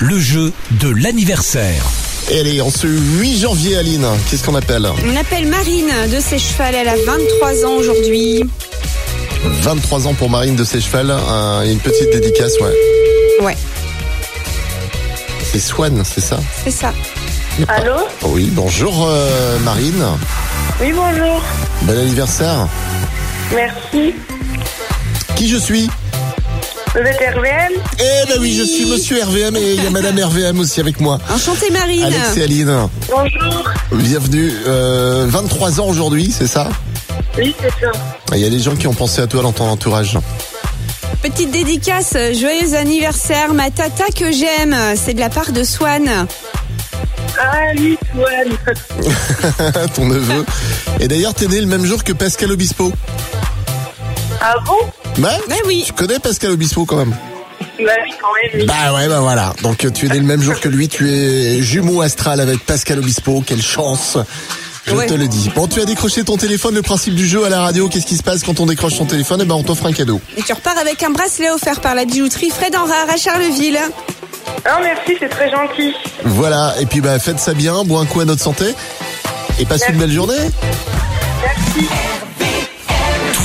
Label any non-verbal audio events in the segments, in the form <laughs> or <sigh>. le jeu de l'anniversaire. Et allez, en ce 8 janvier, Aline, qu'est-ce qu'on appelle On appelle Marine de ses chevals, elle a 23 ans aujourd'hui. 23 ans pour Marine de Sechefal, un- il y a une petite dédicace, ouais. Ouais, C'est Swan, c'est ça c'est ça. Allô Oui, bonjour euh, Marine, Oui, bonjour. bon anniversaire. Merci. Qui je suis Vous êtes RVM Eh ben oui, je suis monsieur RVM et il y a madame RVM aussi avec moi. Enchantée Marine. Alex et Aline, Bonjour. bienvenue. Euh, 23 ans aujourd'hui, c'est ça Oui, c'est ça. Il y a des gens qui ont pensé à toi dans ton entourage. <laughs> Petite dédicace, joyeux anniversaire, ma tata que j'aime, c'est de la part de Swan. Ah, oui, Swan. ton neveu. Et d'ailleurs, t'es né le même jour que Pascal Obispo. Ah bon Bah, Bah oui. tu connais Pascal Obispo quand même. Bah oui, quand même. oui. Bah ouais, bah voilà. Donc euh, tu es né le même jour que lui, tu es jumeau astral avec Pascal Obispo, quelle chance je Ouais. te le dis. Bon, tu as décroché ton téléphone, le principe du jeu à la radio, qu'est-ce qui se passe quand on décroche son téléphone Eh ben, on t'offre un cadeau. Et tu repars avec un bracelet offert par la bijouterie Fred Enrard à Charleville. Ah, merci, c'est très gentil. Voilà, et puis bah faites ça bien, bois un coup à notre santé, et passe une belle journée. Merci. Tous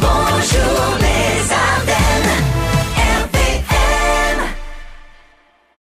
bonjour les